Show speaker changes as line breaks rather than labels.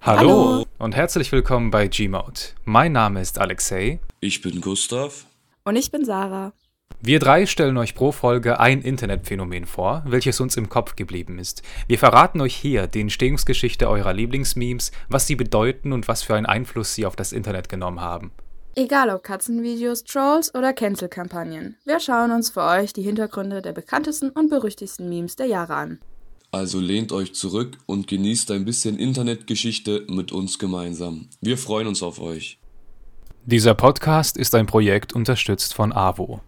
Hallo, und herzlich willkommen bei Gmode. Mein Name ist Alexei.
Ich bin Gustav.
Und ich bin Sarah.
Wir drei stellen euch pro Folge ein Internetphänomen vor, welches uns im Kopf geblieben ist. Wir verraten euch hier die Entstehungsgeschichte eurer Lieblingsmemes, was sie bedeuten und was für einen Einfluss sie auf das Internet genommen haben.
Egal ob Katzenvideos, Trolls oder Cancel-Kampagnen, wir schauen uns für euch die Hintergründe der bekanntesten und berüchtigsten Memes der Jahre an.
Also lehnt euch zurück und genießt ein bisschen Internetgeschichte mit uns gemeinsam. Wir freuen uns auf euch.
Dieser Podcast ist ein Projekt unterstützt von AWO.